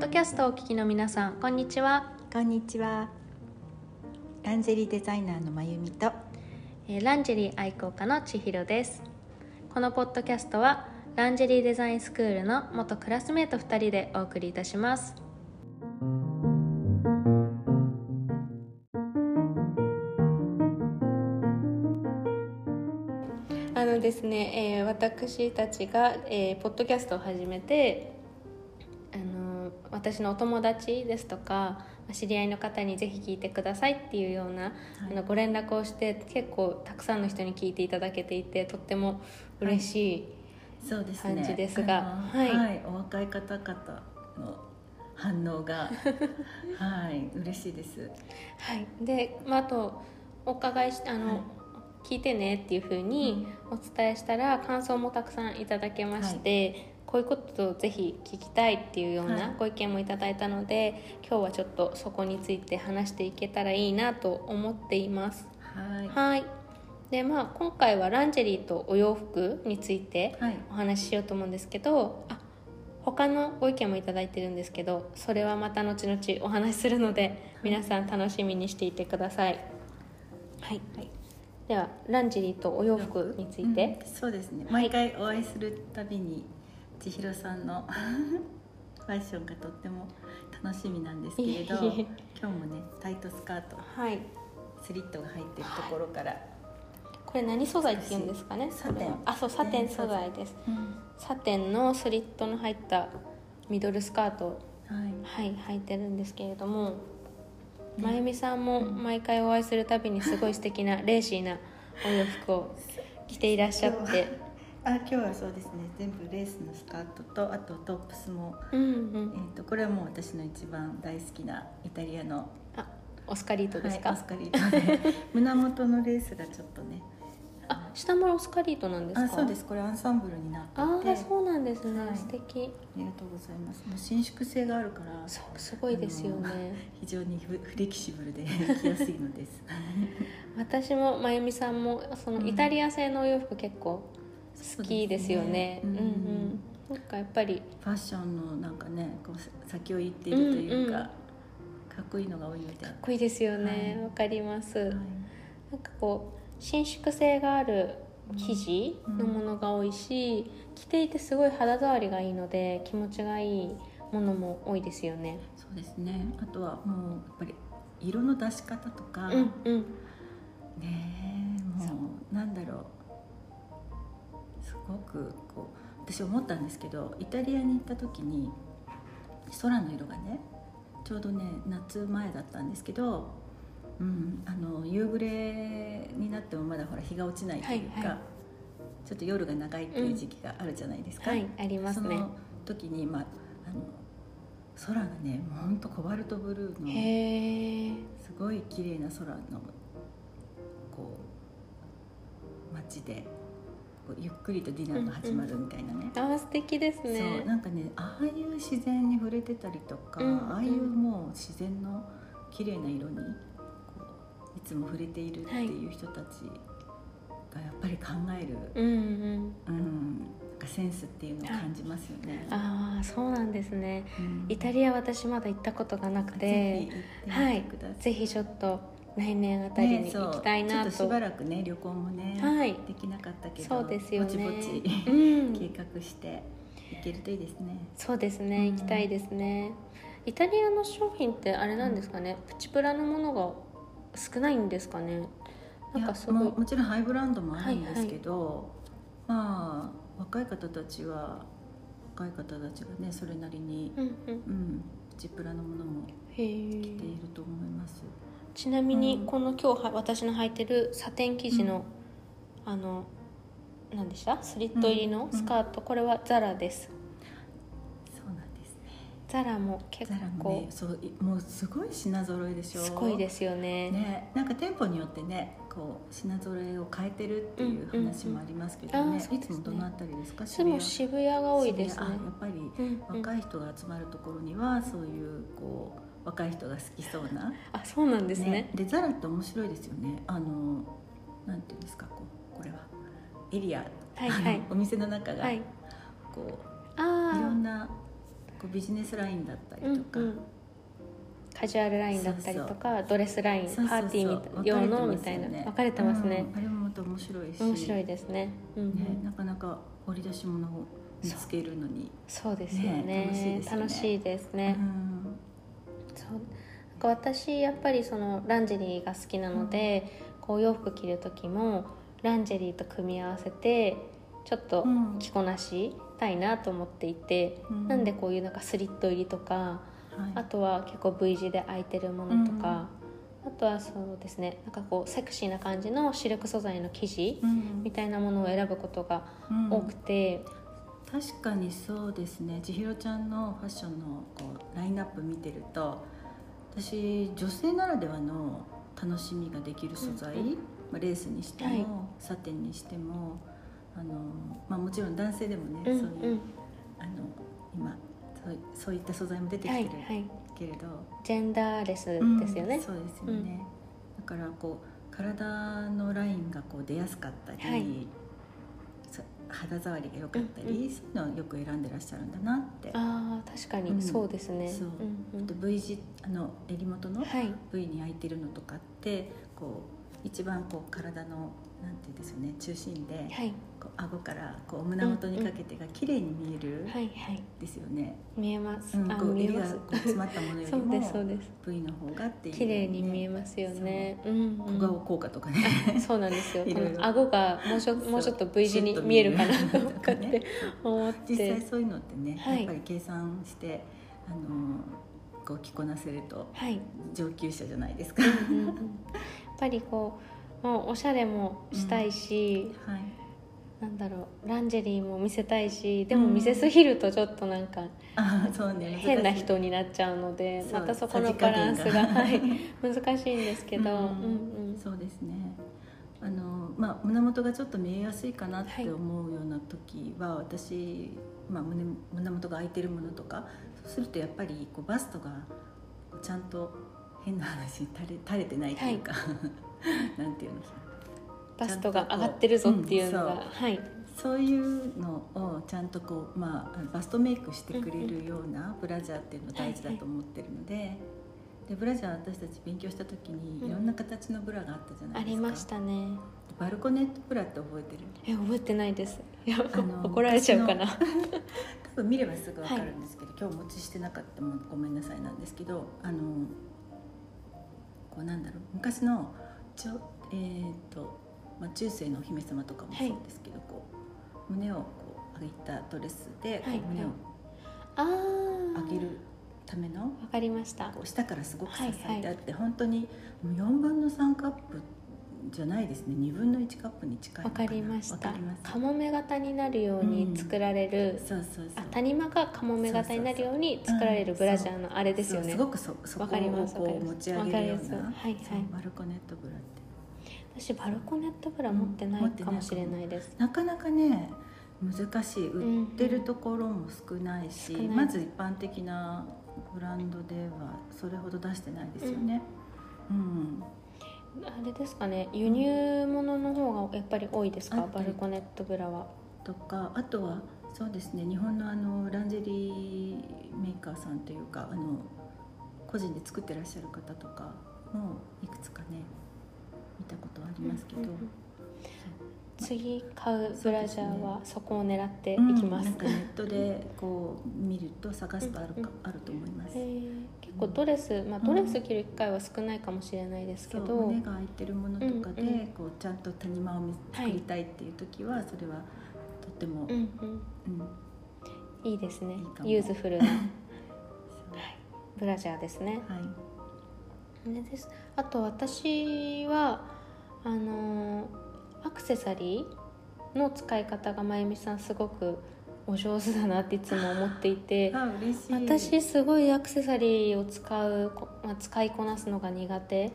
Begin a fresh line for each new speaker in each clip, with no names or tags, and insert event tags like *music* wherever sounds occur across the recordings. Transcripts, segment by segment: ドキャストをお聞きの皆さんこんにちは、
こんにちは。ランジェリーデザイナーのまゆみと。
えーランジェリー愛好家の千尋ですこのポッドキャストはランジェリーデザインスクールの元クラスメート2人でお送りいたします
あのですね、えー私たちが、えーポッドキャストを始めて、あのー私のお友達ですとかまあ知り合いの方にぜひ聞いてくださいっていうような、あのご連絡をして結構たくさんの人に聞いていただけていてとっても嬉しい、
そうです
感じですが
あの
はい
お若い方々の反応
*laughs*
がはい嬉しいです。
はいで、まあ、あとお伺いしあの、
はい
聞いてねっていうふうにお伝えしたら、感想もたくさんいただけまして、こういうことをぜひ聞きたいっていうよう
はい
なご意見もいただいたので、今日はちょっとそこについて話していけたらいいなと思っています。
はい
はいでまあ、今回はランジェリーとお洋服について
はい
お話ししようと思うんですけどあ他のご意見もいただいてるんですけどそれはまた後々お話しするので皆さん楽しみにしていてください、はいではランジェリーとお洋服について、
うんそうですね。
はい
毎回お会いするたびに千尋さん
*laughs*
のファッションがとっても楽しみなんですけれど、
いえいえ
今日もねタイトスカート
はい
スリットが入ってるところから、
これ何素材って言うんですかね
サテン
これはあそうサテン素材ですサテンのスリットの入ったミドルスカート
はい。
はい履いてるんですけれども、まゆみさんも毎回お会いするたびにすごい素敵なレーシーなお洋服を着ていらっしゃって
あ今日はそうですね全部レースのスカートとあとトップスも、
うんう
え
ん
ー、とこれはもう私の一番大好きなイタリアの
あオスカリートですか、
はいオスカリー
*laughs*
トで胸元のレースがちょっとね
あ下もオスカリートなんですか
あそうですこれアンサンブルになっていて
あーそうなんですね、
はい
素敵
ありがとうございますもう伸縮性があるから
そうすごいですよね
非常にフフレキシブル
*laughs*
で着やすいのです
私もまゆみさんもそのイタリア製のお洋服結構好きですよねう
そうですね
んうんなんかやっぱり
ファッションのなんかねこう先を行っているというか、
うんうん
かっこいいのが多いので、
かっこいいですよね
はい
わ、かります、
はい
なんかこう伸縮性がある生地のものが多いし、着ていてすごい肌触りがいいので気持ちがいいものも多いですよね。
そうですねあとはもうやっぱり色の出し方とか、
うんうん、
ねえもうなんだろうすごくこう私思ったんですけどイタリアに行った時に空の色がねちょうどね夏前だったんですけど、うん、あの夕暮れになってもまだほら日が落ちないというか、
はいはい
ちょっと夜が長いっていう時期があるじゃないですか。
はいあります
そ
ね。
の時に、まあ、あの空がねもうほんとコバルトブルーの
へえ。
すごい綺麗な空のこう街でこうゆっくりとディナーが始まるみたいなね、
あー素敵です
そう
ね。
なんかねああいう自然に触れてたりとか、
うんうん
ああいうもう自然の綺麗な色にこういつも触れているっていう人たちがやっぱり考える、
うんうん。
うん、なんかセンスっていうのを感じますよね。
ああそうなんですね。
うん
イタリア私まだ行ったことがなく
ぜ
て、
ひ
は
行
い
ってみてください。
ぜひちょっと来年あたりに行きたいな
ねそうちょ
と。
っとしばらくね旅行もね、
はい
できなかったけど
そうですよね。
ぼちぼ
う
ち
ん。
計画していけるといいですね
そうですね、
うん
行きたいですねイタリアの商品ってあれなんですかね、プチプラのものが少ないんですかねなんかすご
い
い
やももちろんハイブランドもあるんですけど、まあ若い方たちは若い方たちがねそれなりに、
うんうん
うん、プチプラのものも
へ
着て
え
いると思います、
ちなみに
うん
この今日は私の履いてるサテン生地の、あの何でしたスリット入りのスカート、これはザラです
そうなんですね
ザラも結
ザラも
構
ねそういもうすごい品揃えでしょ
すごいですすよね
ね、なんか店舗によってねこう品揃えを変えてるっていう話もありますけどね、
うんうんうんあーそう
い
です
つ
ね
もどのあたりですか
でも渋谷が多いですね
渋谷あやっぱり
うんうん
若い人が集まるところにはそういうこう若い人が好きそうな、
あそうなんですね
でザラって面白いですよねあのなんていうんですかこうこれはエリア、
はいはい
あのお店の中が
はい
こう、
あ
いろ
あ
んなこうビジネスラインだったり
うん
とか、
うんカジュアルラインだったりとかドレスライン
そうそう
パ
そう
ーティーみたい用のみたいな分かれてますね、
うんあれもまた面白いし
面白いですね,、うんうん
ね、なかなか掘り出し物を見つけるのに、
そうですよね
ね楽
楽
し
し
い
いです
う
ね、
ん
そうなんか私やっぱりそのランジェリーが好きなので、こうお洋服着る時もランジェリーと組み合わせてちょっと
うん
着こなしたいなと思っていて、
うん
なんでこういうなんかスリット入りとか、
はい、
あとは結構 V 字で開いてるものとか、あとはそうですねなんかこうセクシーな感じのシルク素材の生地
うん
みたいなものを選ぶことが多くて、
確かにそうですね千尋ちゃんのファッションのこうラインナップ見てると私女性ならではの楽しみができる素材、
うんうん
まあ、レースにしても、
はい
サテンにしてもあの、まあ、もちろん男性でもね、
うん
そう
う、
いうんあの今そういそういった素材も出てき
は
て
い
る
はい
けれど、
ジェンダーレスで
うん
すよね、
そうですよね、だからこう体のラインがこう出やすかったり、
はい
そ肌触りが良かったり、そういうのをよく選んでらっしゃるんだなって
あー確かに、
うん
そうですね
そうん
うん
あと V 字あの襟元の
はい
V に開いてるのとかってこう一番こう体のなんていうんですよね中心で、
はい
こう顎からこう胸元にかけてが綺麗に見える
はいはい
ですよね、
見えます、
うん
あ
こう
見え
襟
ま
が
す
こう詰まったものより
そうですそう
も
です
V の方がっていう、
綺麗に見えますよねうん、う
小
ん、
顔効果とかね、
*laughs* そうなんです
*laughs*
よ
いろいろ
この顎がもうちょ
そう
もうちょっと V 字に見えるか
*laughs*
なとかって思っ
実際
て
そういうのってね、
はい
やっぱり計算してあのこう着こなせると
はい、
上級者じゃないで
*laughs*
すか。
うんうんうん、やっぱりこうもうおしゃれもしたいし、
はい、
なんだろうランジェリーも見せたいしでも見せすぎるとちょっとなんか
あーそうね
変な
難しい
人になっちゃうので
そう
またそこのバランスが
さじ加
はい
減
難しいんですけど、
う
うんんうん
そうですねあの、まあ、胸元がちょっと見えやすいかなっ
は
て
い
思うような時は、私、まあ、胸胸元が開いてるものとかそうするとやっぱりこうバストがちゃんと変な話垂れ垂れてないというか、 *laughs* なんていうの
バストが上がってるぞっていうのが、
うんそう
はい、
そういうのをちゃんとこう、まあ、バストメイクしてくれるようなブラジャーっていうの大事だと思ってるので,、でブラジャー私たち勉強した時に
うん
いろんな形のブラがあったじゃな
あ
いですか、
りましたね
バルコネットブラって覚えてる
え覚えてないですいや
あの
怒られちゃうかな
多分見ればすぐ分かるんですけど、今日お持ちしてなかったもんごめんなさいなんですけどあのこうなんだろう昔のちょ、えーとまあ、中世のお姫様とかもそうですけど、こう胸をこう上げたドレスでこう
はい
胸を
あ
上げ
ー
るための、
わかりました
こう下からすごく支
は
え
い
て
は
あって、本当に4分の3カップじゃないですね2分の1カップに近い
わ
の
かりまし
わ
た
かります
カモメ型になるように作られる、
そうそうそ
あ
う
谷間がカモメ型になるように作られるブラジャーのあれですよね、
そうすごくそそこ
わかり
を
ますわかり
こう
ます
持ち上げるよう
わかります
な、
はいはい
そうバルコネットブラって
私バルコネットブラ持ってないかもしれないです、
なかなかね難しい
ん
売ってるところも少ないし、
少ない
まず一般的なブランドではそれほど出してないですよね。うん、
あれですかね輸入物の方がやっぱり多いですか、
あ
バルコネットブラは
とかあとはそうですね日本のあのランジェリーメーカーさんというかあの個人で作ってらっしゃる方とかもいくつかね見たことはありますけど。
うんうんうん次買うブラジャーはそこを狙っていきます、
うん、なんかネットでこう見ると探すとあるか、
うんうん
あると思います。
えー結構ドレス、まあ、ドレス着る機会は少ないかもしれないですけ
そう
ど、
胸が開いてるものとかで、
うんうん
こうちゃんと谷間を見作りたいっていう時は、それはとっても、
うんうん
うん
いいですね
いいかも
ユーズフルな
そう
ブラジャーですね
はい
ねですあと私はあのーアクセサリーの使い方がまゆみさんすごくお上手だなっていつも思っていて
あ嬉しい。
私すごいアクセサリーを使うこ、まあ、使いこなすのが苦手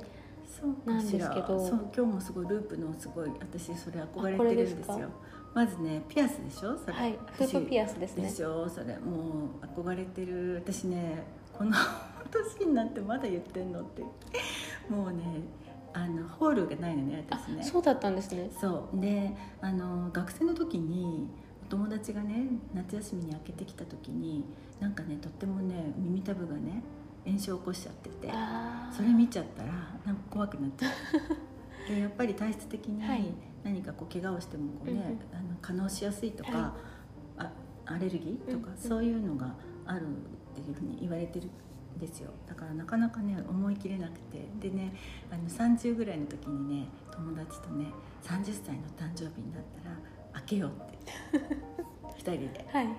そうかしら
なんですけど
そう今日もすごいループのすごい私それ憧れ
あこれ
てる
で
ん
す
です
か
よ。まずねピアスでしょそれ。
はいフープピアスです
で
ね
しょそれもう憧れてる私ねこの *laughs* 年になってまだ言ってんのってもうねあのホールがないのね
あ
私ね
そうだったんですね
そうであの学生の時にお友達がね夏休みに明けてきた時になんかねとってもね耳たぶがね炎症を起こしちゃってて
あー
それ見ちゃったらなんか怖くなっちゃ
*laughs*
うでやっぱり体質的に
はい
何かこう怪我をしてもこうね、
うんうん
あの可能しやすいとか、
は
あアレルギーとか、
うんうん
そういうのがあるっていうふうに言われてるんですよだからなかなかね思い切れなくてでねあの30ぐらいの時にね友達とね30歳の誕生日になったら開けよう
*laughs*
って2人で
はいはい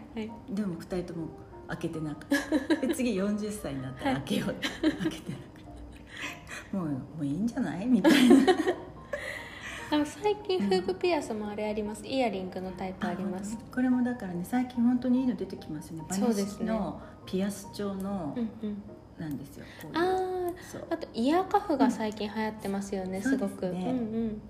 でも2人とも開けてなくてで次40歳になったら開けようって開けてなくてもうもういいんじゃないみたいな
でも最近フーブピアスもあれあります、イヤリングのタイプあります
これもだからね最近本当にいいの出てきますよねバ
そう
ニ
で
シ
すね
キのピアス調の
うんうん
なんですよ、こういう
あ
そう
ああとイヤーカフが最近流行ってますよね、
うん
すごく
そううですね
んうん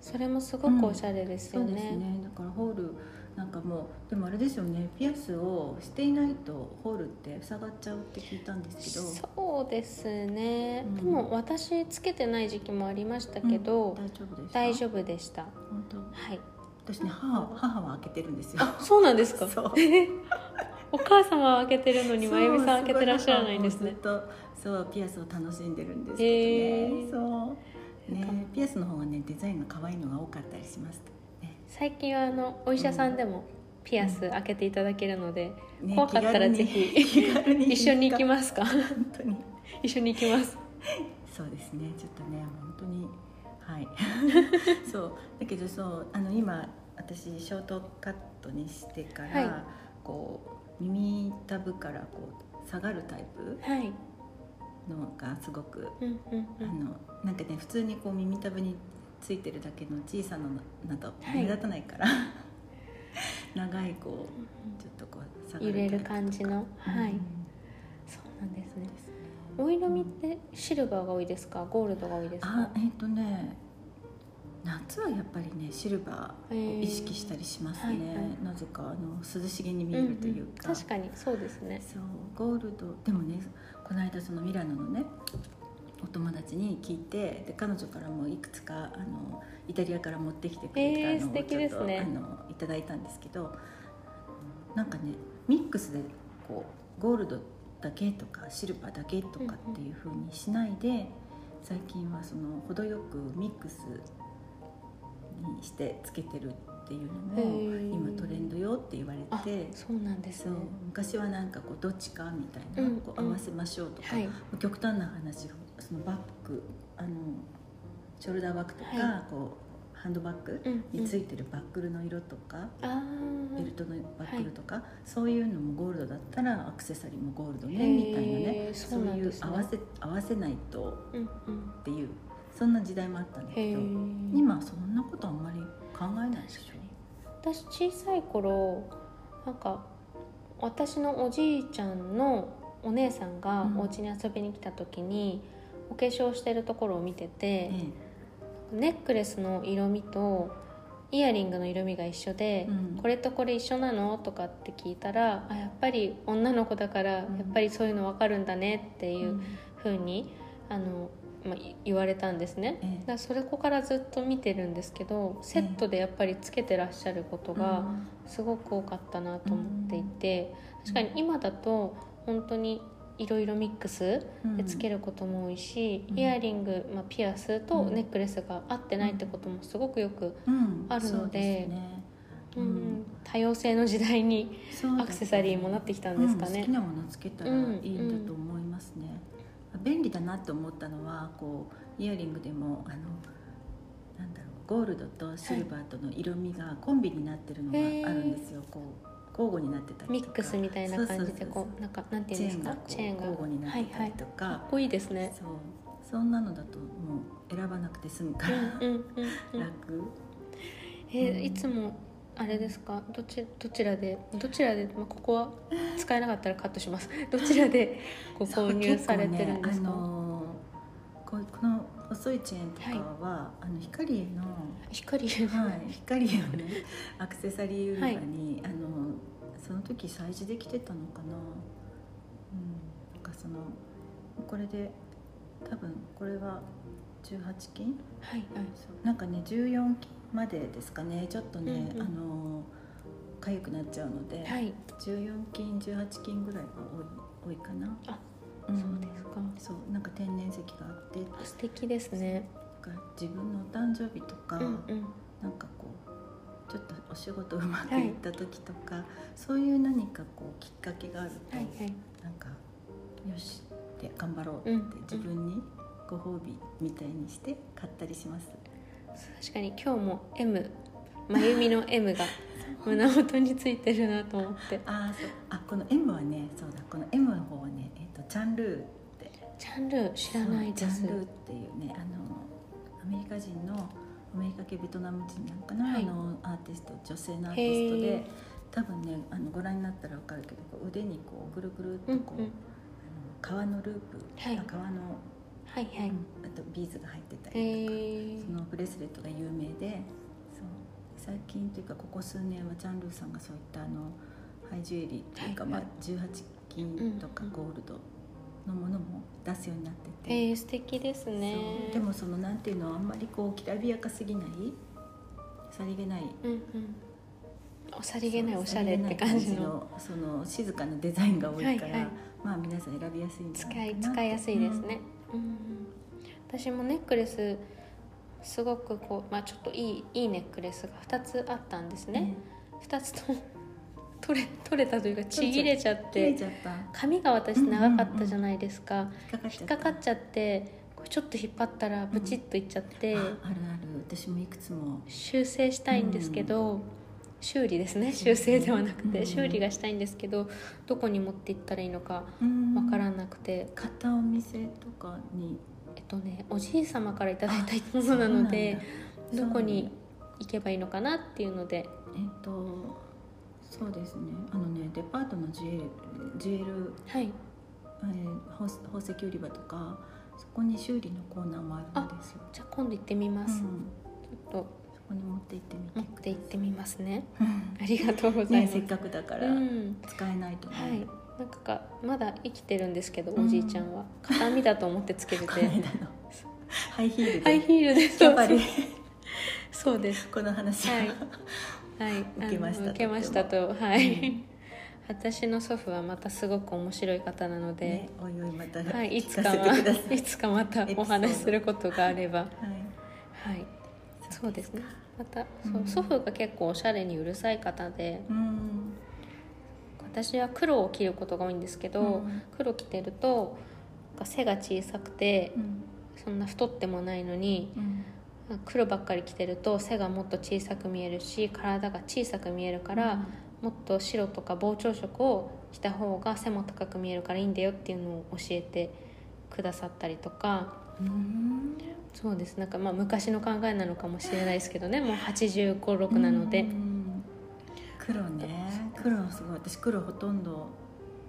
それもすごくおしゃれです
そ
よ
うです
ね,、
ねだからホールなんかもうでもあれですよねピアスをしていないとホールって塞がっちゃうって聞いたんですけど
そうですね、
うん
でも私つけてない時期もありましたけど、
うん大丈夫です
大丈夫でした
本当
はい
私ね母母は開けてるんですよ
あそうなんですか
そう
お母様は開けてるのに
そう
まゆみさん開けてらっしゃらないんですね
すごいなんかもうずっとそうピアスを楽しんでるんですけどね、
へー
そうねピアスの方がねデザインが可愛いのが多かったりしますね
最近はあのお医者さんでもピアス開けていただけるので、
ね
怖かったらぜひ
*laughs* 気軽に
一緒に行き *laughs*
ま
ますか
す本当に
一緒に行きます
そうですねちょっとね本当にはい
*laughs*
そうだけどそうあの今私ショートカットにしてから、
はい
こう耳たぶからこう下がるタイプ
はい
のがすごく
うんうんう
あ
ん
のなんかね普通にこう耳たぶについてるだけの小さなのなど
はい
目立たないから、 *laughs* 長いこうちょっとこう下が
揺れる
じ
感じのはい、そうなんですねお色味ってシルバーが多いですかゴールドが多いです
あ
か
えっ、とね夏はやっぱりねシルバーを意識したりしますね、
へーはいはい
なぜかあの涼しげに見えるというか、
んん確かにそうですね
そうゴールドでもねこの間そのミラノのねお友達に聞いてで彼女からもいくつかあのイタリアから持ってきてく
え
れ
ー
たの
素
を
敵
ちょ
で
っ
す
と、
ね
あのいただいたんですけどなんかねミックスでこうゴールドだけとかシルバーだけとかっていう風にしないで、最近はその程よくミックスにしてつけてるっていうの
へ
も
ー
今トレンドよって言われ
あ
て
そうなんです
そう
ね
昔はなんかこうどっちかみたいな、
うん
こう
うん
合わせましょうとか、
はい
極端な話をそのバッグあのショルダーバッグとか、
は
こうハンドバッグ
うんうん
についてるバッグルの色とか、
あ
ベルトのバッグルとか、そういうのもゴールドだったらアクセサリーもゴールド
ー
ねみたいな
へ
ね
ーそ
そうう
なん
い
で
う
すね
合わせ合わせないと
うんうん
っていうそんな時代もあったんだ
へ
けど
ー
今そんなことあんまり考えないでしょ。
私小さい頃なんか私のおじいちゃんのお姉さんが
うん
お家に遊びに来た時に、お化粧してるところを見てて、
え
ネックレスの色味とイヤリングの色味が一緒で、
うん
これとこれ一緒なのとかって聞いたらあやっぱり女の子だからや
うん
っぱりそういうの分かるんだねって
え
いうふうに、あのまあ、い言われたんですね。
え
だからそれこからずっと見てるんですけどセットでやっぱりつけてらっしゃること
え
がすごく多かったなと思っていて、
うん
確かに今だと本当にいろいろミックス
うん
でつけることも多いし、
うん
イヤリング、まあ、ピアスと
うん
ネックレスが合ってないってこともすごくよく、
うん
あるので
そうすね
うんうん多様性の時代に
そうだね
アクセサリーもなってきたんですか
うん
ね
好き。なものつけたらいいんだと思いますね、便利だなと思ったのはこうイヤリングでもあのなんだろうゴールドとシルバーとの色味がコンビになってるのがあるんですよ、こう交互になってたりとか
ミックスみたいな感じで
そうそう
こ
そう
うなんかなんてい
チ
うん
ェ
です
ーン
か
が
チェーンが
こう交互になってたりとか、
はいはい、かっこいいですね。
そうそんなのだともう選ばなくて済むから、
うんうんうんうん、
楽
えーいつもあれですかどちどちらでどちらで、まあ、ここは使えなかったらカットします *laughs* どちらでご
そう
購入されてるんです
結構
か、
ねあのーこうこの細いチェーンとかは、あの光絵の、
光
はい、光絵のね *laughs* アクセサリー売り場に、あのその時催事できてたのかな、うん、なんかそのこれで多分これは18金
はいはい
そうなんかね14金までですかねちょっとね、
うんうん
あのー痒くなっちゃうので、
はい
14菌18菌ぐらいが多い多いかな
あ、
ん
そうですか
そうなんか天然石があってなんか
あ素敵ですね
自分のお誕生日とか、
うんうん
なんかこうちょっとお仕事うまくいった時とか、そういう何かこうきっかけがあると、
はいはい
なんかよしって頑張ろうって自分にご褒美みたいにして買ったりします、
確かに今日も M 真由美の M *laughs* が胸元についてるなと思って
ああそうあこの M はねそうだこの M の方はねえっ、とチャンルーって
チャンル知らないで
そ
す
うジャンルーっていうねあのアメリカ人のアメリカ系ベトナム人なんかな、
はい
あのアーティスト女性のアーティスト
へ
で
ー
多分ねあのご覧になったら分かるけどこう腕にこうぐるぐるっと
うんうん
こう、あの革のループ、
はい
あ革の、
はいはい
うんあとビーズが入ってた
へ
りとか、
え
そのブレスレットが有名でそう最近というかここ数年はジャンルーさんがそういったあのハイジュエリーというか、
はいはい
まあ、18金とか
うんうん
ゴールドのものも出すようになってて。
えー、素敵ですね
そうでもそのなんていうのあんまりこうきらびやかすぎないさりげない
うんうんおさりげない
そう
おしゃれって感じの
さりげない感じのその静かなデザインが多いから、
はいはい
まあ皆さん選びやすいんじゃ
使
な
い
いかなって
使いやすいですね、うんうん私もネックレスすごくこう、まあ、ちょっといいいいネックレスが2つあったんです
うん
ね、2つとも取れ取れたというかちぎれちゃっ
切れ
て
ちゃった
髪
引
が私長かったじゃないですか、
っかかっち
引
ゃ
っ
った
かかっちゃってこうちょっと引っ張ったらブチッといっちゃって、
ああるある私もいくつも
修正したいんですけど、修理ですね修正ではなくて、
うん
修理がしたいんですけどどこに持っていったらいいのか
わ
わから
い
なくて、
買ったお店とかに
えっとねおじい様からいただいたものなので
そうなんだ
どこに行けばいいのかなっていうので
そうなんだえっ、とそうですねあのねデパートのジュエルジュエル
はい
えー宝宝石売り場とかそこに修理のコーナーもあるんですよ、
じゃあ今度行ってみ
う
ま
ん、
す、
そ
ちょっと
こに持って行ってみて
持って行ってみますね
う
ありがとうご
ん
ざい
ね
ま
せ
す、
っかくだか
う
ら
ん
使えないと思う、
はい、なんかかまだ生きてるんですけど、
うん
おじいちゃんは片身だと思ってつ
*laughs*
けて
この間
*laughs* て
のハイヒール
ハイ
で
ヒールで
キャパリ
*laughs* そうです
この話
はい
は
はい
*laughs* 受けました
あの受けましたとはい、私の祖父はまたすごく面白い方なので、
ね、おいおいまた
はい、い
聞
つ
か
か
せてください、
は *laughs* いつかまたお話しすることがあれば
はい
はいそうですねまた、
う
そ
ん
う祖父が結構おしゃれにうるさい方で
うん
私は黒を着ることが多いんですけど、
うん
黒着てるとなんか背が小さくて
うん
そんな太ってもないのに
うん
黒ばっかり着てると背がもっと小さく見えるし体が小さく見えるから、もっと白とか膨張色をした方が背も高く見えるからいいんだよっていうのを教えてくださったりとか
うん
そうですなんかまあ昔の考えなのかもしれないですけどねもう8 5 6なの
う
で
ん黒ね黒すごい私黒ほとんど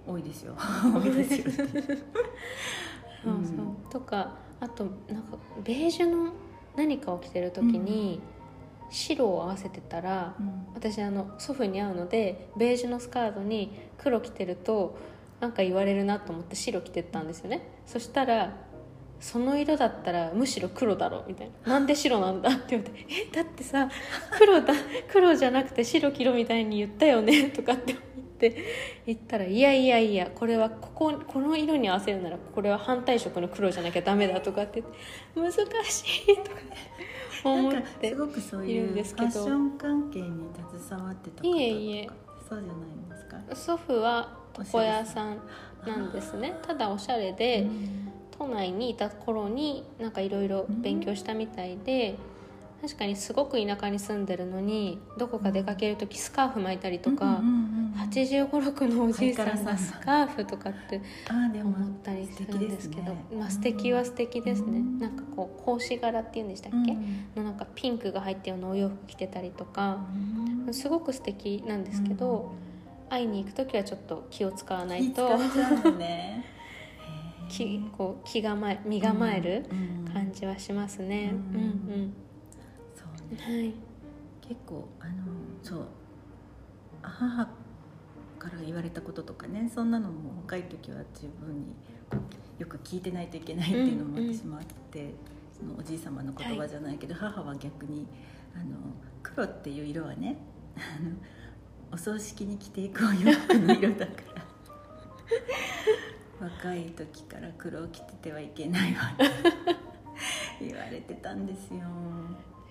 多いですよ多いですよっ
そ
て
う
*laughs* うん
そうとかあとなんかベージュの何かを着てる時に白を合わせてたら
うん
私あの祖父に会うのでベージュのスカートに黒着てるとなんか言われるなと思って白着てったんですよねそしたら「その色だったらむしろ黒だろ」みたいな「なんで白なんだ?」って言われて「えだってさ黒だ黒じゃなくて白着ろみたいに言ったよね」とかって思って言ったら「いやいやいやこれはこここの色に合わせるならこれは反対色の黒じゃなきゃダメだ」とかって言って難しい」とか思っ
なんか
て
すごくそう
い
い
る
うんフ
で
ァ
すけど
ッション関係に携わってた方とか
いえいえ
そうじゃないんですか
祖父は床屋さんなんですねただおしゃれで、
うん
都内にいた頃になんかいろいろ勉強したみたいで、確かにすごく田舎に住んでるのにどこか出かける時スカーフ巻いたりとか、
うんうんうん
8 5 6のおじいさん
ハイカラ
が
さ
ス
ん
カーフとかって
あーでも
思ったりするんですけど
素敵
まあ、素敵は
素
素敵ですね、
うん
なんかこう格子柄っていうんでしたっけ、のなんかピンクが入ったようなお洋服着てたりとかすごく素敵なんですけど、会いに行く時はちょっと気を使わないと
気使っちゃうのねへー
気こう気構え *laughs* 身構える
うんうん
感じはしますね。
う
うんん
そう
う
ね
んはい
結構あのそう母から言われたこととかねそんなのも若い時は自分によく聞いてないといけないっていうのも
うんうん
私もあって、そのおじい様の言葉じゃないけど、母は逆にあの黒っていう色はねあのお葬式に着ていくお洋服の色だから若い時から黒を着ててはいけないわって言われてたんですよ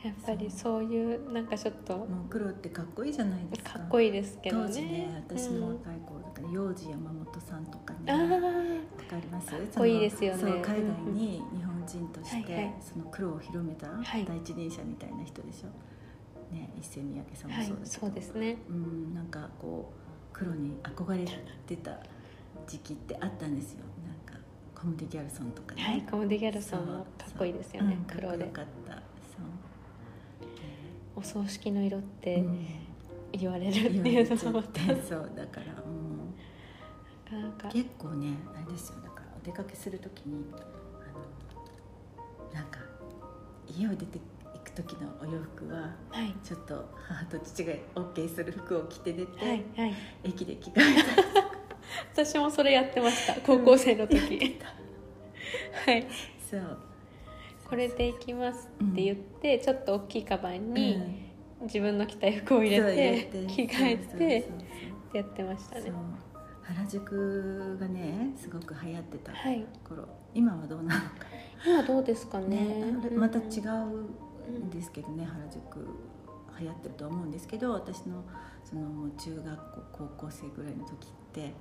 やっぱりそういうなんかちょっと
もう黒ってかっこいいじゃないですか
かっこいいですけどね
当時ね私
う
の
ん
若い頃だから幼児山本さんとかに
あ
わ
ー
かりますか
っこいいですよね
そう海外に日本人とし
うんうんはいは
て
い
その黒を広めた
は
第
い
一人者みたいな人でしょ、ね一世三宅さんも
はい
そうだけど、
そうですね
うんなんかこう黒に憧れてた時期ってあったんですよなんかコムデ・ギャルソンとかね、
はいコムデ・ギャルソンもかっこいいですよね、
そうそう
黒
うん
で
かっこよかった
お葬式の色っ
そう、
て
うん
言われるって
言
い
わ
う
れ
の
ちゃ
も
っ
な
てそうだから、うん
か *laughs* なか
結構ねあれですよだからお出かけするときにあのなんか家を出ていく時のお洋服は
はい
ちょっと母と父が OK する服を着て出て、
はいはい
駅で着替
*laughs*
えたり
私もそれやってました高校生の時はい
そう
これで行きますって言って、ちょっと大きいカバンに、
うん
自分の着たい服を入れ
そう
て
入れ
着替えて
そう
やってました
そうそうそう
ね
原宿がねすごく流行ってた
はい
頃、今はどうなのか
今どうですかね
ねあれ
うん
また違うんですけどね、原宿流行ってると思うんですけど私のその中学校高校生ぐらいの時って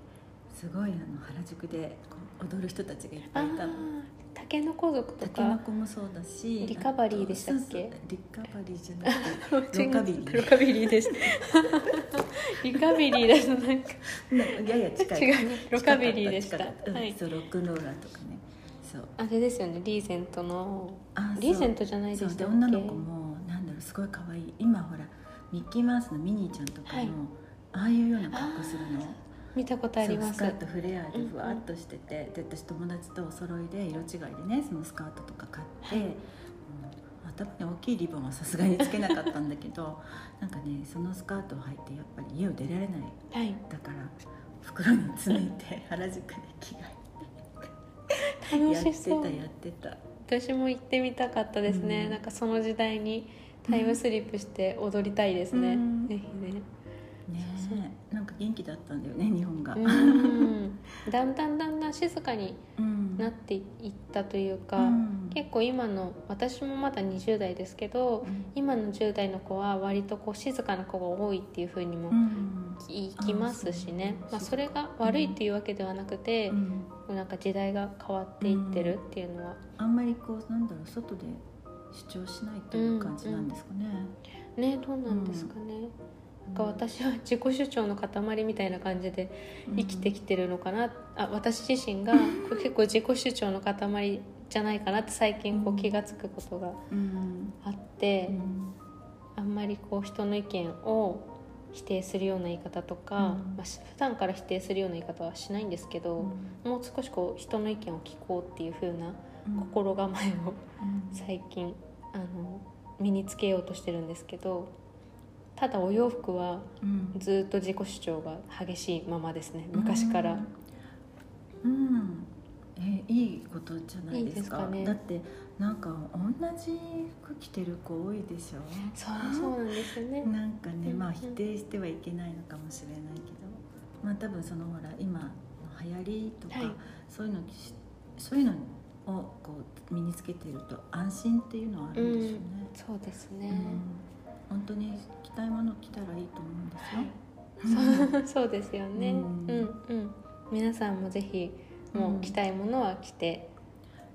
すごいあの原宿でこう踊る人たちがいっ
あ
ぱいいたの。
ータケノコ族と
タケノ
か
コもそうだし
リカバリーでしたっけ
あとそうそうリカバリーじゃな
ロ
くてロカビリー
カビリーですリカビリーですなんか
ねやや近い
違うロカビリーでした
近かった
はい
うんそうロックンローラーとかねそう
あれですよねリーゼントの
あそう
リーゼントじゃないでしたっ
そう
け
で女の子もなんだろうすごい可愛い今ほらミッキーマウスのミニーちゃんとかも、
はい
ああいうような格好するの
あ見たことあり
そう
ま
ス
す
カートフレアで
うんうん
ふわっとしてて、で私友達とお揃いで色違いでねそのスカートとか買って、
はい
うん頭に大きいリボンはさすがにつけなかったんだけど *laughs* なんかねそのスカートを履いてやっぱり家を出られない
はい
だから袋に詰め
*laughs*
て原宿で着替え
楽
やって
しそう
たやってた
私も行ってみたかったですね、
うん
なんかその時代にタイムスリップして踊りたいですね、
うん
ぜひね
ね
そうそ
えなんか元気だったんだよね日本が。 *laughs*
うんだんだんだんだん静かに
うん
なっていったというか、
うん
結構今の私もまだ20代ですけど今の10代の子は割とこう静かな子が多いっていうふうにも
うん
聞きますしね、
あそう
まあ、それが悪いっていうわけではなくて、
うん
なんか時代が変わっていってるっていうのは
あんまりこうなんだろう外で主張しないという感じなんですかね。
ねどうなんですかね、なんか私は自己主張の塊みたいな感じで生きてきてるのかな、あ私自身がこう結構自己主張の塊じゃないかなって最近こ
う
うん気が付くことが
うん
あって、
うん
あんまりこう人の意見を否定するような言い方とか、
うん
まあ、し普段から否定するような言い方はしないんですけど、もう少しこう人の意見を聞こうっていう風な心構えを
うん
最近あの身につけようとしてるんですけどただお洋服は
うん
ずっと自己主張が激しいままですね昔から、
うんえいいことじゃない
いいで
ですか
すかね
だってなんか同じ服着てる子多いでしょ
そうそうなんですよね、
なんかね、まあ
うん
否定してはいけないのかもしれないけど、まあ多分そのほら今の流行りとか、
はい
そういうのしそういうのをこう身につけてると安心っていうのはあるんでしょうね。
そうですね、
うん本当に着たいもの着たらいいと思うんですよ。
そう *laughs* そうですよね、う
うんん、
うん皆さんもぜひもう着たいものは着て、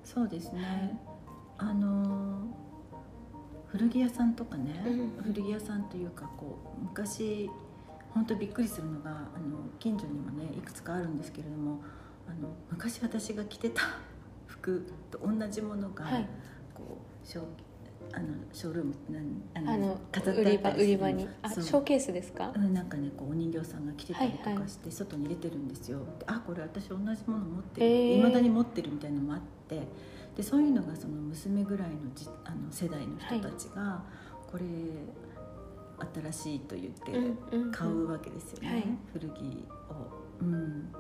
そうですね。あのー古着屋さんとかね、
うん
古着屋さんというかこう昔本当びっくりするのがあの近所にもねいくつかあるんですけれども、あの昔私が着てた *laughs* 服と同じものが、
はい
こうショーあのショールームなんあ
あの
飾って
売
あ
り
った
場
り
売
す
り
る
場にあシ
そう
ョーケースですか、
うん、なんかねこうお人形さんが来てたりと
はいは
か
い
して外に出てるんですよ、であこれ私同じもの持って
へ
る
ー
いま、未だに持ってるみたいなのもあってでそういうのがその娘ぐらいのじあの世代の人たちが、これ新しいと言って
うんうん
買うわけですよね、
はい
古着を、うん、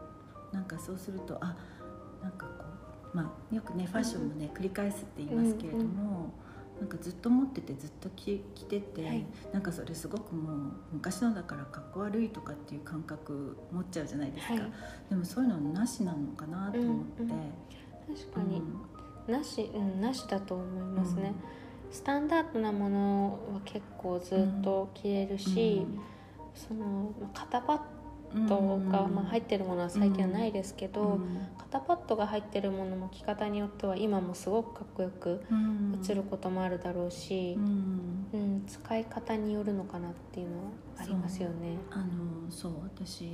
なんかそうするとあなんかこう、まあ、よくねファッションもね、繰り返すって言いますけれども、なんかずっと持っててずっと着着てて、
はい
なんかそれすごくもう昔のだからかっこ悪いとかっていう感覚持っちゃうじゃないですか、
はい
でもそういうのなしなのかなと思って、
うんうん確かに、なし、うん、なしだと思いますね、スタンダードなものは結構ずっと着れるし、そのまあ肩パ
うん
ッドが、まあ、入
っ
ってるものは最近はないですけ
と
ど、肩パッドが入ってるものも着方によっては今もすごくかっこよく映ることもあるだろうし、うん使い方によるのかなっていうのはありますよね。
あのそう私の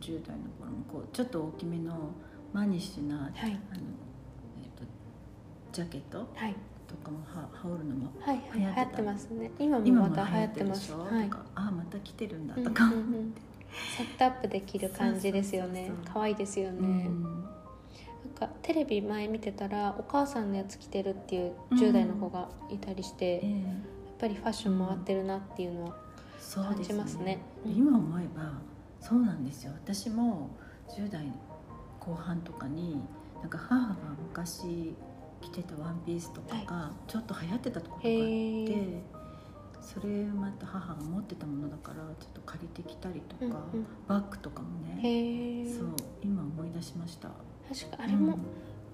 10代の頃もこうちょっと大きめのマニッシュな
はい
あの、えっとジャケット
はい
とかもは羽織るのも
はいはい流
流行ってた
行ってますね。今
今
もま
も流
た流
行
行っ
っ
てて
る
ま。
ですしょ、
はい
と。かああまた来てるんだ
うんう
と
ん
か、
うんセットアップできる感じですよね
そうそうそうそう
可愛いですよね、
うん
なんかテレビ前見てたらお母さんのやつ着てるっていう10代の子がいたりして、
え
やっ
え
ぱりファッション回ってるなっていうのは
そうです
感じますねうん
今思えばそうなんですよ私も10代後半とかになんか母が昔着てたワンピースとかがちょっと流行ってたところがあって、
へー
それまた母が持ってたものだからちょっと借りてきたりとか、
うんうん
バッグとかもね
へえ
そう今思い出しました
確かあれも、
うん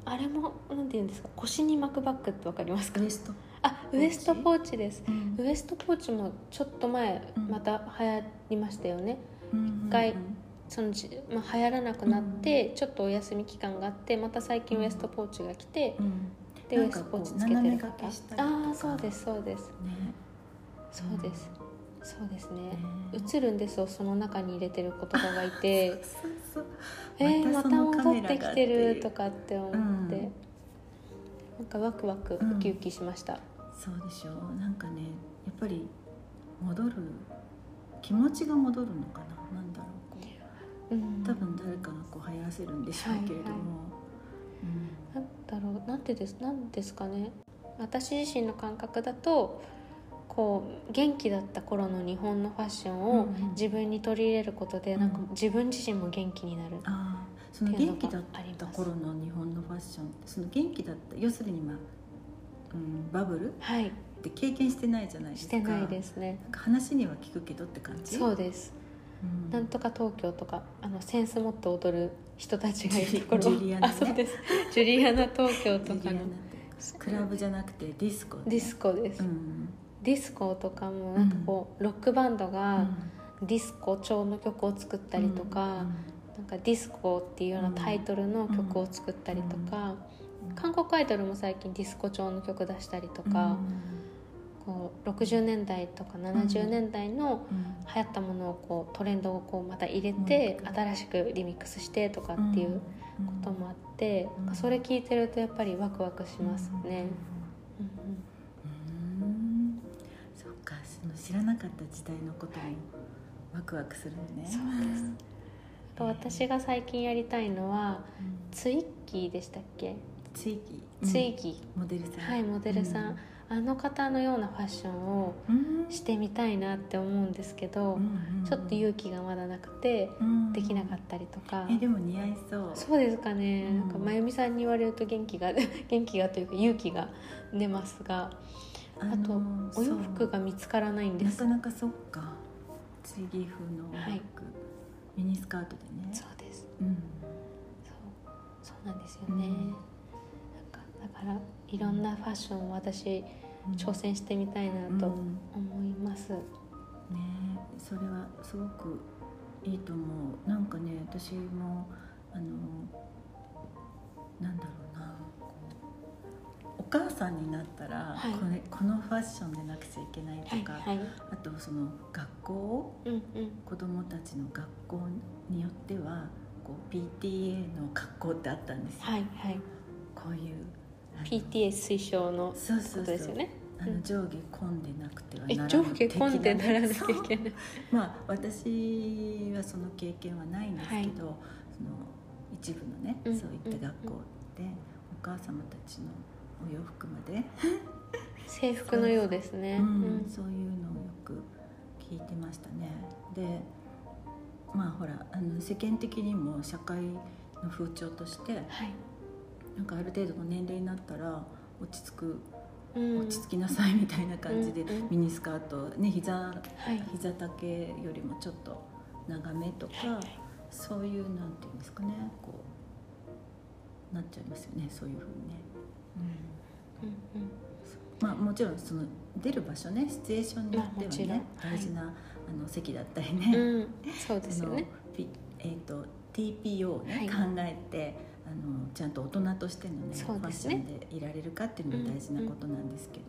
あれもなんて言うんですか腰に巻くバッグってわかりますか
ウエスト、
あ
ポ
ウ
ーチ
エストポーチです
うん
ウエストポーチもちょっと前
うん
また流行りましたよね、
一
回そのじ、まあ、流行らなくなって、ちょっとお休み期間があってまた最近ウエストポーチが来て、でウ
な
エ
ん
ス
か
トポ
こ
ー
う
チつけて
斜め
る
掛
方
けしたりとか
ああそうですそうです
ね
そうです、そうですね
ね
映るんですよその中に入れてる言葉がい
*laughs*
て
そうそう
えー、ま
そ
た
のカ
戻
メ
っ
ラ
て
が
き
って
て
いう
るとかって思って、
うん
なんかワクワク
うん
ウキウキしました、
そうでしょうなんかねやっぱり戻る気持ちが戻るのかななんだろうこう
うん
多分誰かがこう流行らせるんでしょうけれども、
なんだろうなんてですなんですかね私自身の感覚だとこう元気だった頃の日本のファッションを
うんうん
自分に取り入れることで、なんか
うん
自分自身も元気になる、
うんああその
っていうの
元
が
気だった頃の日本のファッションってその元気だった要するにまあ、うん、バブルっ
はい
て経験してないじゃないです
して
か
ないですね
なんか話には聞くけどって感じ
そうです
うん
なんとか東京とかあのセンス持って踊る人たちがいる頃
ジュリアナね
あそうですジュリアナ東京と
ジュリ
か
アナ
の
ってクラブじゃなくてディスコね、
ディスコです、
うん
ディスコとかもなんかこう、ロックバンド
う
が
ん
ディスコ調の曲を作ったりとか、なんかディスコっていうようなタイトルの曲を作ったりとか、
うん
韓国アイドルも最近ディスコ調の曲出したりと
うん
か、こう60年代とか70年代の、
うん
流行ったものをこうトレンドをこうまた入れて、
うん
新しくリミックスしてとかっていうこともあって、
うん
それ聞いてるとやっぱりワクワクしますね。うん
うんうんそっかその知らなかった時代のこともワクワクするのね、
そうですあと私が最近やりたいのは
うん
ツイッキーでしたっけ、
ツイキ
ツイギ
モデルさん
ーはいモデルさん、あの方のようなファッションを
うん
してみたいなって思うんですけど、ちょっと勇気がまだなくてできなかったりとか、
えでも似合いそう
そうですかね、
うん
なんかまゆみさんに言われると元気が *laughs* 元気がというか勇気が出ますがあと
の
お洋服が見つからないんで
な
す
かなかそっかツイギ風のお洋服、
はい
ミニスカートでね
そうです
うん
そうそうなんですよね、
うん
なんかだからいろんなファッションを私
うん
挑戦してみたいなと
うん
思います、
ねえそれはすごくいいと思うなんかね私もあのなんだろうなこうお母さんになったら、
はい
これこのファッションでなくちゃいけないと
はい
か、
はい
あとその学校
うんうん
子どもたちの学校によってはこう PTA の学校ってあったんですよ、
はいはい
こういうあの
PTA 推奨のこ
そうそう
と
そう
ですよね
あ
う
の
ん
上下混んでなくては
え
ならない
上下混んでならなきゃい
的そう
けない
まあ私はその経験はないんですけど、
はい
その一部のね、
うん
そういった学校で、お母様たちのお洋服まで、
制服のようですね
うん
うん
そういうのをよく聞いてましたね。でまあほらあの世間的にも社会の風潮として
はい
なんかある程度の年齢になったら落ち着く
うん
落ち着きなさいみたいな感じで、
うんうん
ミニスカートね膝
はい
膝丈よりもちょっと長めとか、そういうなんていうんですかねこうなっちゃいますよねそういうふうにね、
うんうん
まあ、もちろんその出る場所ねシチュエーションによっ
まあ
ては
もちろ
ね
ん
大事な、あの席だったりね、
うん、そうですよね。
あのピえー、と TPO を、ね
はい
考えてあのちゃんと大人としての、ね
そう
ファ
で
ッ
す
シ
ね
ョンでいられるかっていうのも大事なことなんですけど、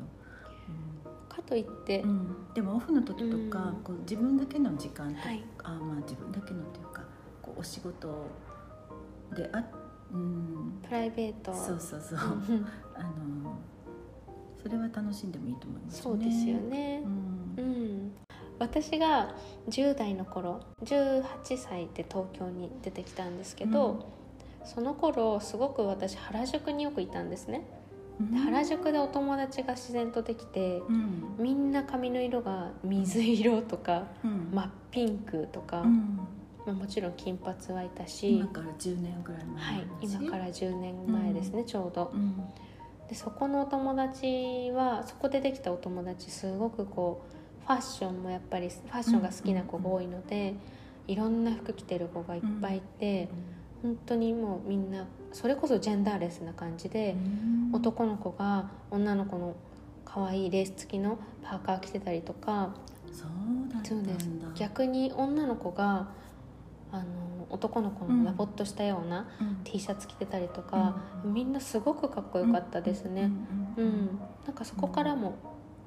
かといって、
うんでもオフの時とか、
うん
こう自分だけの時間とか、
はい
あまあ自分だけのっていうかこうお仕事であうん
プライベート
そうそうそう、
うん
あのそれは楽しんでもいいと思いますね。
そうですよね
う。ん
うん、私が10代の頃、18歳で東京に出てきたんですけど、その頃すごく私原宿によくいたんですね。で原宿でお友達が自然とできて、
うん
みんな髪の色が水色とか
うん
真っピンクとか、
うん
まあもちろん金髪はいたし
今、から10年ぐらい前の
はい、
話
今から10年前ですね、ちょうど。
うん
でそこのお友達はそこでできたお友達すごくこうファッションもやっぱりファッションが好きな子が多いので、いろんな服着てる子がいっぱいいて、本当にもうみんなそれこそジェンダーレスな感じで、男の子が女の子の可愛いレース付きのパーカー着てたりとか
そうだった
そうん
だ
です逆に女の子があの男の子のラボっとしたような
うん
T シャツ着てたりとか、
うん
みんなすごくかっこよかったですね。
う
うんん、なんかそこからも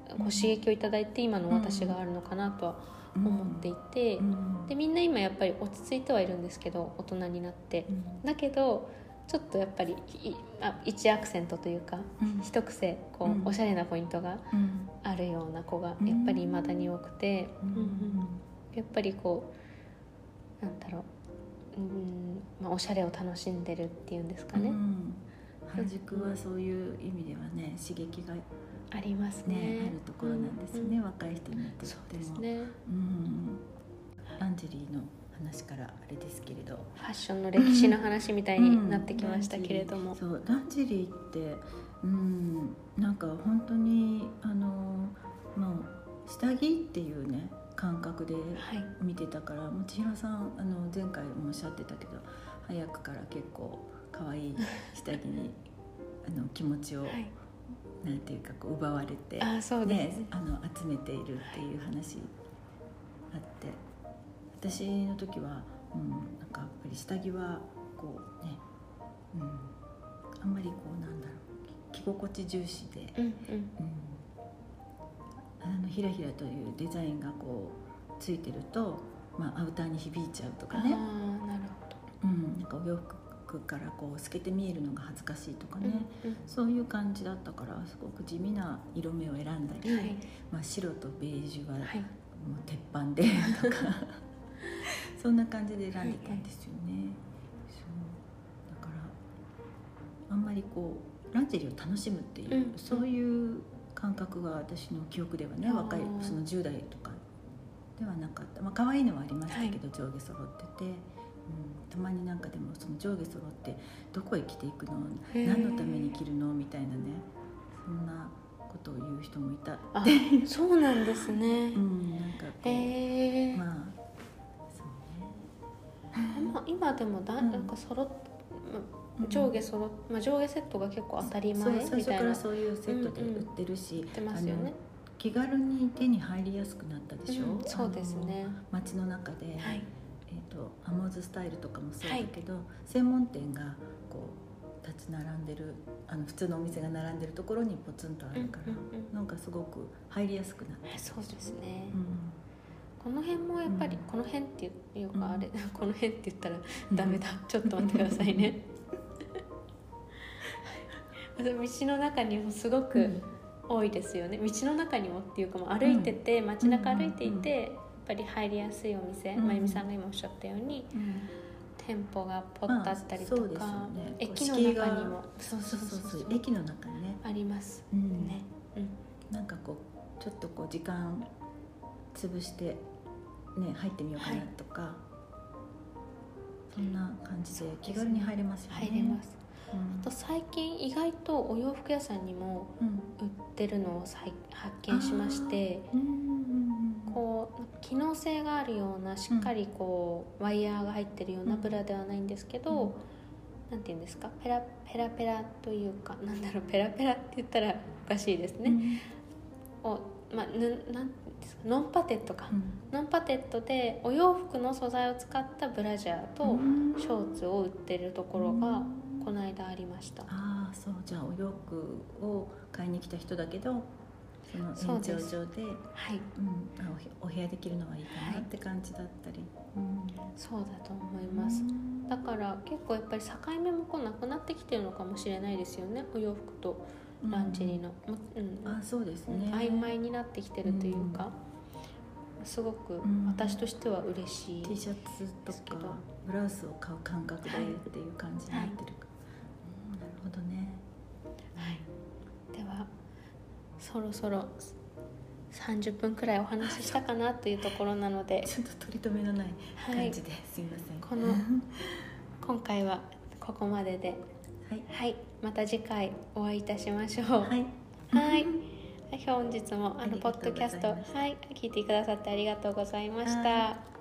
こう刺激をいただいて今の私があるのかなとは
うん
思っていて
うん
でみんな今やっぱり落ち着いてはいるんですけど大人になって
うん
だけどちょっとやっぱりいあ一アクセントというか
うん
一癖こ
う
う
ん
おしゃれなポイントが
うん
あるような子が
うん
やっぱり未だに多くて、
う
うんうん
ん
やっぱりこうなんだろう、うんまあ、おしゃれを楽しんでるっていうんですかね、
うん原宿はそういう意味ではね刺激がね
ありますね
あるところなんですよね、
うん
若い人にとって
そ
も
うですね
うんランジェリーの話からあれですけれど
ファッションの歴史の話みたいになってきましたけれど
うん
も、
そうランジェリーってうんなんか本当にあのもう下着っていうね感覚で
はい、
見てたからもう千尋さんあの前回もおっしゃってたけど早くから結構可愛い下着にあの気持ちを、
はい、
なんていうかこう奪われて
あーそうですね
あの集めているっていう話あって私の時は、うん、なんかやっぱり下着はこうね、うん、あんまりこうなんだろうき着心地重視で、
うんうん、
うん、あのひらひらというデザインがこうついてると、まあ、アウターに響いちゃうと
あ
か
あ
ね、
ーなるほど、
うん、なんかお洋服からこう透けて見えるのが恥ずかしいとかね、
うん
そういう感じだったからすごく地味な色目を選んだり、
うん、はい、
まあ、白とベージュはもう
はい、
鉄板でとか、 *laughs* そんな感じで選んでたんですよね、そうだからあんまりこうランジェリーを楽しむっていう、
うん
そういう感覚が私の記憶ではね
あー
若いその10代とかではなかったまあ可愛いのはありましたけど、上下揃ってて、うん、たまになんかでもその上下揃ってどこへ着ていくの
へー
何のために着るのみたいなねそんなことを言う人もいた、
あそうなんですね
う、ん、なんかこう、
へえ、
まあそう
まあ、今でもだ
うん
なんか揃っ
ね
上下揃っ、まあ、上下セットが結構当たり前
そう
み
最
た
初
い
か
な
ら
言
そういうセットで売ってるし、
ってますよ
あの
ね、
気軽に手に入りやすくなったでしょ、
うんそうですね
あの街の中で、
はい
えー、とアモーズスタイルとかもそうだけど、専門店がこう立ち並んでるあの普通のお店が並んでるところにポツンとあるか
う
ら、
んうんうん
なんかすごく入りやすくなった、
そうですね、
うん
この辺もやっぱり、
うん
この辺っていうか、
うん
あれこの辺って言ったらダメだ、ちょっと待ってくださいね道の中にもすご
う
く
ん
多いですよね、道の中にもっていうかもう歩いてて、街中歩いていて、
う
やっぱり入りやすいお店、
うん
まゆみさんが今おっしゃったように店舗がポッとあったりとか、
まあそうですよね
駅の
敷居が
中にも
そうそうそうそう駅の中にね、
あります
うん
ね、うん
なんかこうちょっとこう時間潰してね入ってみようかなとか、そんな感じで気軽に入れますよね
入れます、
うん
あと最近意外とお洋服屋さんにも
うん
売ってるのをさい発見しまして
うんうんうん
こう機能性があるようなしっかりこう、ワイヤーが入ってるようなブラではないんですけど、なんて言うんですかペラペラペラというかなんだろうペラペラって言ったらおかしいです
う
ね。
ん
をまあ、ぬなんですかノンパテッドか、
うん
ノンパテッドでお洋服の素材を使ったブラジャーと
うん
ショーツを売ってるところがこの間ありました、
ああそうじゃあお洋服を買いに来た人だけどその
そう
延
で
長
す
上で
はい
うん、あお部お部屋できるのはいいかなって感じだったり、うん
そうだと思いますだから結構やっぱり境目もこうなくなってきてるのかもしれないですよねお洋服と
うん
ランジェリーの、もうん
あそうです
うん
ね
曖昧になってきてるというか、すごく
うん
私としては嬉しい、
T シャツと
ですけ
か
ど
ブラウスを買う感覚でっ
はい
ていう感じになってるか、うんなるほどね
はい、ではそろそろ30分くらいお話ししたかなというところなので
ちょっと取り留めのない
はい
感じです、い、ません
こ
*laughs*
の今回はここまでで
はい
はいまた次回お会いいたしましょう
は
はいい、本日もあ
あり
の
がとう
ポッドキャスト
ございました
はい聞いてくださってありがとうございました、
はい